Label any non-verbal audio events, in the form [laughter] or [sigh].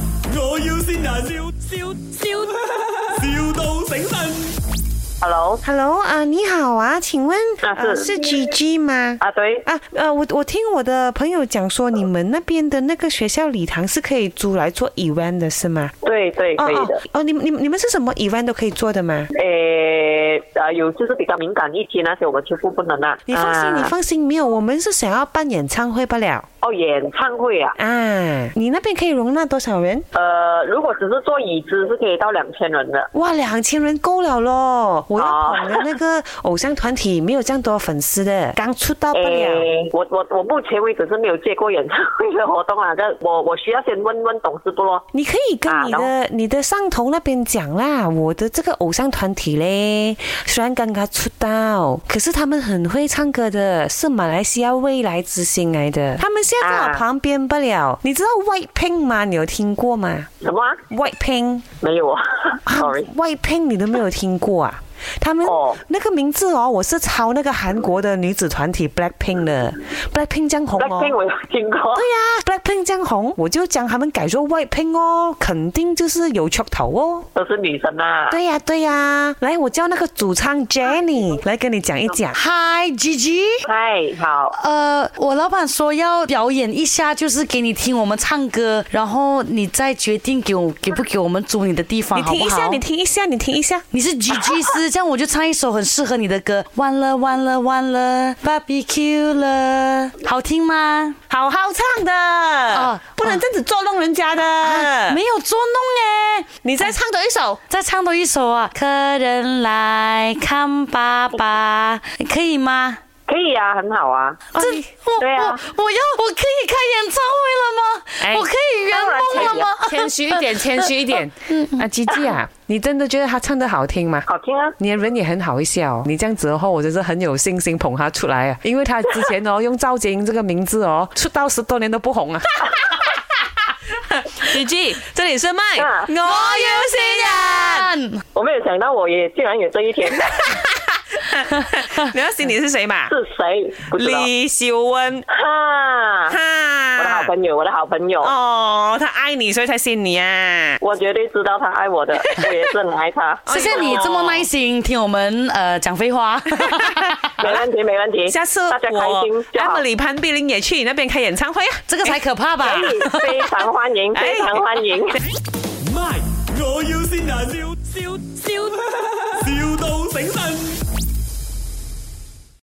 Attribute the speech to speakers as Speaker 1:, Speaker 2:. Speaker 1: 要先人，笑笑笑，,笑到醒神。
Speaker 2: Hello，
Speaker 3: Hello 啊、你好啊，请问
Speaker 2: 啊
Speaker 3: 呃
Speaker 2: 是
Speaker 3: 是 GG 吗？
Speaker 2: 啊对，
Speaker 3: 啊，呃，我我听我的朋友讲说，你们那边的那个学校礼堂是可以租来做 event 的，是吗？
Speaker 2: 对对
Speaker 3: 哦
Speaker 2: 可以
Speaker 3: 哦
Speaker 2: 的。
Speaker 3: 哦，你们你们你们是什么 event 都可以做的吗？
Speaker 2: 诶、啊有就是比较敏感议题那些我们几乎不能啊。
Speaker 3: 你放心，
Speaker 2: 啊
Speaker 3: 你放心，没有，我们是想要办演唱会不了
Speaker 2: 哦，演唱会啊，
Speaker 3: 啊。你那边可以容纳多少人？
Speaker 2: 呃，如果只是坐椅子是可以到两千人的。
Speaker 3: 哇，两千人够了咯！我要
Speaker 2: 哦
Speaker 3: 捧的那个偶像团体没有这样多粉丝的，刚出道不了。
Speaker 2: 诶、我我我目前为止是没有接过演唱会的活动啊， [laughs] 但我我需要先问问董事部咯。
Speaker 3: 你可以跟
Speaker 2: 啊
Speaker 3: 你
Speaker 2: 然后
Speaker 3: 的、你的上头那边讲啦，我的这个偶像团体嘞，虽然刚刚出道，可是他们很会唱歌的，是马来西亚未来之星来的。他们现在在我
Speaker 2: 啊
Speaker 3: 旁边不了，你知道 White Pink 吗？你有听过吗
Speaker 2: 什么、啊？
Speaker 3: ？White Pink
Speaker 2: 没有
Speaker 3: [laughs]
Speaker 2: 啊，sorry。
Speaker 3: White Pink 你都没有听过啊？他们
Speaker 2: 哦
Speaker 3: 那个名字哦，我是抄那个韩国的女子团体 Black Pink 的，Black Pink 江红哦。
Speaker 2: Blackpink 我有听过。
Speaker 3: 对呀、b l a c k 啊 Pink 这样红，我就将他们改做 White Pink 哦，肯定就是有噱头哦。
Speaker 2: 都是女生啊。
Speaker 3: 对呀、对呀、来，我叫那个主唱 Jenny 来跟你讲一讲。
Speaker 4: 嗨，Gigi，
Speaker 2: 嗨，好，
Speaker 4: 呃，我老板说要表演一下，就是给你听我们唱歌，然后你再决定给我给不给我们租你的地方，
Speaker 3: 你听一
Speaker 4: 好不
Speaker 3: 下，
Speaker 4: 好
Speaker 3: 你听一下，你听一下。
Speaker 4: 你是 Gigi 是这样，我就唱一首很适合你的歌，完了完了完了，Barbecue 了，好听吗？
Speaker 3: 好好唱的，不能这样子捉弄人家的。啊呃
Speaker 4: 没有捉弄哎，
Speaker 3: 你再唱多一首。
Speaker 4: 再唱多一首啊！客人来看爸爸，可以吗？
Speaker 2: 可以啊，很好啊。
Speaker 4: 这
Speaker 3: 你
Speaker 4: 我
Speaker 2: 对啊
Speaker 4: 我我要我可以开演唱会了
Speaker 3: 哎
Speaker 4: 吗？我可以圆梦了吗？ [laughs]
Speaker 3: 谦虚一点，谦虚一 [laughs] 点。啊，吉吉啊，你真的觉得他唱的好听吗？
Speaker 2: 好听啊，
Speaker 3: 你的人也很好笑、哦，你这样子的话，我真是很有信心捧他出来啊， [laughs] 因为他之前哦用赵晶这个名字哦，出道十多年都不红啊。吉吉，
Speaker 4: 哎
Speaker 3: 这里是麦，
Speaker 2: 啊
Speaker 3: 我要
Speaker 4: 嗯，
Speaker 2: 我没有想到我也竟然有这一天， [laughs]
Speaker 3: 新 [laughs] 人。你要新你是谁嘛？
Speaker 2: 是谁？不知道。
Speaker 3: 李秀温，
Speaker 2: 哈，我的好
Speaker 3: 哈，
Speaker 2: 朋友，我的好朋友，
Speaker 3: 哦，他爱你，所以才信你啊。
Speaker 2: 我绝对知道他爱我的，我也是很爱他。
Speaker 3: [laughs]
Speaker 4: 谢谢你这么耐心听我们呃讲废话。 [laughs]
Speaker 2: 没问题，没问题。
Speaker 3: 下次
Speaker 2: 大家开
Speaker 3: 我
Speaker 2: 心就好。
Speaker 3: Emily 潘碧玲也去你那边开演唱会啊。
Speaker 4: 这个才可怕吧？
Speaker 2: 可以， [laughs] 非常欢迎，
Speaker 3: 哎
Speaker 2: 非常欢迎。
Speaker 1: My，我要先人，笑笑笑。